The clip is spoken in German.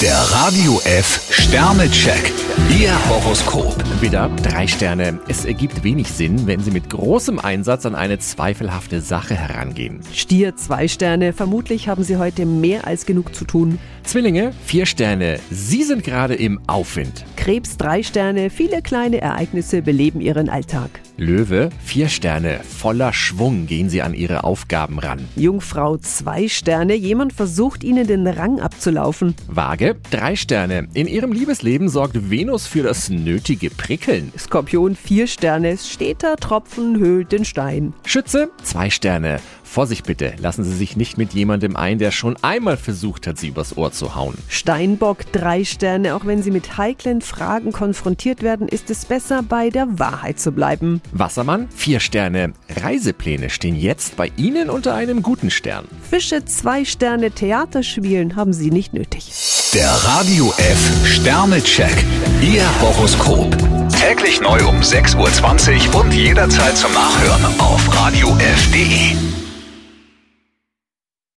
Der Radio F Sternecheck. Ihr Horoskop. Wieder drei Sterne. Es ergibt wenig Sinn, wenn Sie mit großem Einsatz an eine zweifelhafte Sache herangehen. Stier, zwei Sterne. Vermutlich haben Sie heute mehr als genug zu tun. Zwillinge, vier Sterne. Sie sind gerade im Aufwind. Krebs, drei Sterne. Viele kleine Ereignisse beleben Ihren Alltag. Löwe, vier Sterne. Voller Schwung gehen Sie an Ihre Aufgaben ran. Jungfrau, zwei Sterne. Jemand versucht Ihnen den Rang abzulaufen. Waage, drei Sterne. In Ihrem Liebesleben sorgt Venus für das nötige Prickeln. Skorpion, vier Sterne. Steter Tropfen höhlt den Stein. Schütze, zwei Sterne. Vorsicht bitte, lassen Sie sich nicht mit jemandem ein, der schon einmal versucht hat, Sie übers Ohr zu hauen. Steinbock, drei Sterne. Auch wenn Sie mit heiklen Fragen konfrontiert werden, ist es besser, bei der Wahrheit zu bleiben. Wassermann, vier Sterne. Reisepläne stehen jetzt bei Ihnen unter einem guten Stern. Fische, zwei Sterne. Theater spielen haben Sie nicht nötig. Der Radio F Sternecheck. Ihr Horoskop. Täglich neu um 6.20 Uhr und jederzeit zum Nachhören auf Radio